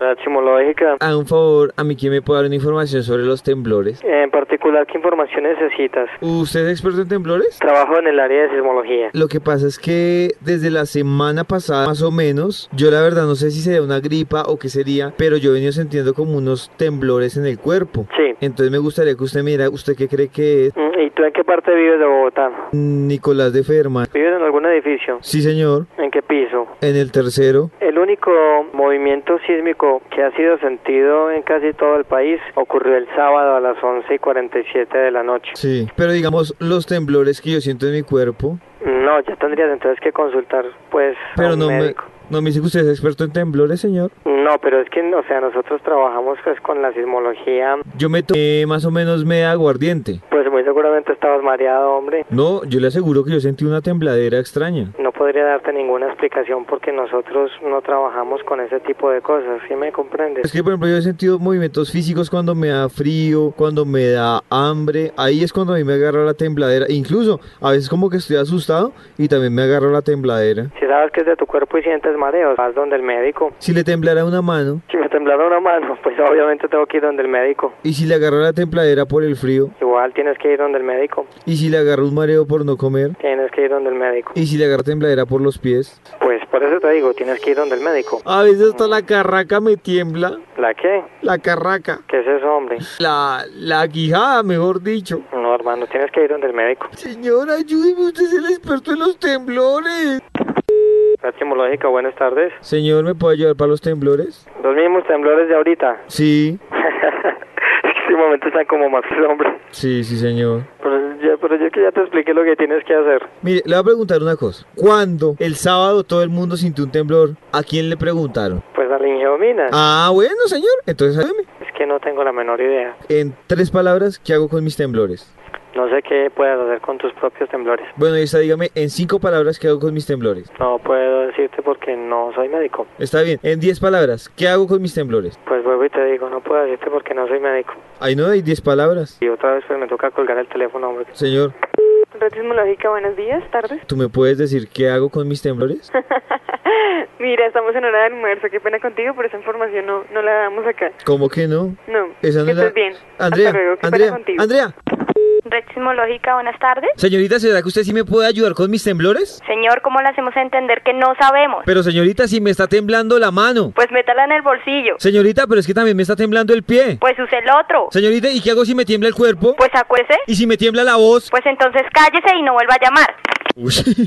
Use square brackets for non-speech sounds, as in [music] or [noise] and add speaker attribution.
Speaker 1: La chimológica.
Speaker 2: A un favor, a mí quién me puede dar una información sobre los temblores.
Speaker 1: En particular, ¿qué información necesitas?
Speaker 2: ¿Usted es experto en temblores?
Speaker 1: Trabajo en el área de sismología.
Speaker 2: Lo que pasa es que desde la semana pasada, más o menos, yo la verdad no sé si sería una gripa o qué sería, pero yo he venido sintiendo como unos temblores en el cuerpo.
Speaker 1: Sí.
Speaker 2: Entonces me gustaría que usted mira, ¿usted qué cree que es?
Speaker 1: Mm, ¿Y tú en qué parte vives de Bogotá?
Speaker 2: Nicolás de Ferma.
Speaker 1: ¿Vives en algún edificio?
Speaker 2: Sí, señor.
Speaker 1: ¿En qué piso?
Speaker 2: En el tercero.
Speaker 1: El único movimiento sísmico que ha sido sentido en casi todo el país ocurrió el sábado a las 11 y 47 de la noche.
Speaker 2: Sí. Pero digamos, los temblores que yo siento en mi cuerpo.
Speaker 1: No, ya tendrías entonces que consultar, pues, a
Speaker 2: Pero
Speaker 1: un
Speaker 2: no me,
Speaker 1: médico.
Speaker 2: no me dice que usted es experto en temblores, señor.
Speaker 1: No, pero es que, o sea, nosotros trabajamos pues, con la sismología.
Speaker 2: Yo me tomé más o menos media aguardiente.
Speaker 1: Pues muy seguramente estabas mareado, hombre.
Speaker 2: No, yo le aseguro que yo sentí una tembladera extraña.
Speaker 1: No podría darte ninguna explicación porque nosotros no trabajamos con ese tipo de cosas, ¿sí me comprendes?
Speaker 2: Es que, por ejemplo, yo he sentido movimientos físicos cuando me da frío, cuando me da hambre. Ahí es cuando a mí me agarra la tembladera. Incluso, a veces como que estoy asustado y también me agarra la tembladera.
Speaker 1: Si sabes que es de tu cuerpo y sientes mareos, vas donde el médico.
Speaker 2: Si le temblara una mano
Speaker 1: Si me temblara una mano, [laughs] pues obviamente tengo que ir donde el médico.
Speaker 2: y si le agarra la tembladera por el frío
Speaker 1: Igual tienes que ir donde el médico.
Speaker 2: y si le agarra un mareo por no comer
Speaker 1: Tienes que ir donde el médico.
Speaker 2: y si le agarra tembladera por los pies.
Speaker 1: Pues por eso te digo, tienes que ir donde el médico.
Speaker 2: A veces hasta la carraca me tiembla.
Speaker 1: ¿La qué?
Speaker 2: La carraca.
Speaker 1: ¿Qué es eso, hombre?
Speaker 2: La, la quijada, mejor dicho.
Speaker 1: No, hermano, tienes que ir donde el médico.
Speaker 2: Señora, ayúdeme, usted es el experto en los temblores.
Speaker 1: La etimológica, buenas tardes.
Speaker 2: Señor, ¿me puede ayudar para los temblores?
Speaker 1: Los mismos temblores de ahorita. [laughs]
Speaker 2: Sí,
Speaker 1: Es que este momento están como más, hombre.
Speaker 2: sí, sí, señor.
Speaker 1: Pero yo, pero yo que ya te expliqué lo que tienes que hacer.
Speaker 2: Mire, le voy a preguntar una cosa. ¿Cuándo el sábado todo el mundo sintió un temblor? ¿A quién le preguntaron?
Speaker 1: Pues a Ringeo
Speaker 2: Ah, bueno, señor. Entonces, ayúdeme.
Speaker 1: Es que no tengo la menor idea.
Speaker 2: En tres palabras, ¿qué hago con mis temblores?
Speaker 1: No sé qué puedes hacer con tus propios temblores.
Speaker 2: Bueno, esta dígame en cinco palabras, ¿qué hago con mis temblores?
Speaker 1: No puedo decirte porque no soy médico.
Speaker 2: Está bien. En diez palabras, ¿qué hago con mis temblores?
Speaker 1: Pues vuelvo y te digo, no puedo decirte porque no soy médico.
Speaker 2: Ahí no hay diez palabras.
Speaker 1: Y otra vez pues me toca colgar el teléfono, hombre.
Speaker 2: Señor,
Speaker 3: Red Sismológica, buenos días, tardes. [laughs]
Speaker 2: ¿tú me puedes decir qué hago con mis temblores?
Speaker 3: Mira, estamos en hora de almuerzo, qué pena contigo, pero esa información no, no la damos acá.
Speaker 2: ¿Cómo que no?
Speaker 3: No,
Speaker 2: Esa no
Speaker 3: que
Speaker 2: es la-
Speaker 3: estés bien.
Speaker 2: Andrea,
Speaker 3: Hasta luego, qué
Speaker 2: Andrea,
Speaker 3: pena contigo.
Speaker 2: Andrea.
Speaker 4: Red Sismológica, buenas tardes.
Speaker 2: Señorita, ¿será que usted sí me puede ayudar con mis temblores?
Speaker 4: Señor, ¿cómo le hacemos entender que no sabemos?
Speaker 2: Pero señorita, si me está temblando la mano.
Speaker 4: Pues métala en el bolsillo.
Speaker 2: Señorita, pero es que también me está temblando el pie.
Speaker 4: Pues use el otro.
Speaker 2: Señorita, ¿y qué hago si me tiembla el cuerpo?
Speaker 4: Pues acuérdese.
Speaker 2: ¿Y si me tiembla la voz? [laughs]
Speaker 4: Pues entonces cállese y no vuelva a llamar.
Speaker 2: Uy.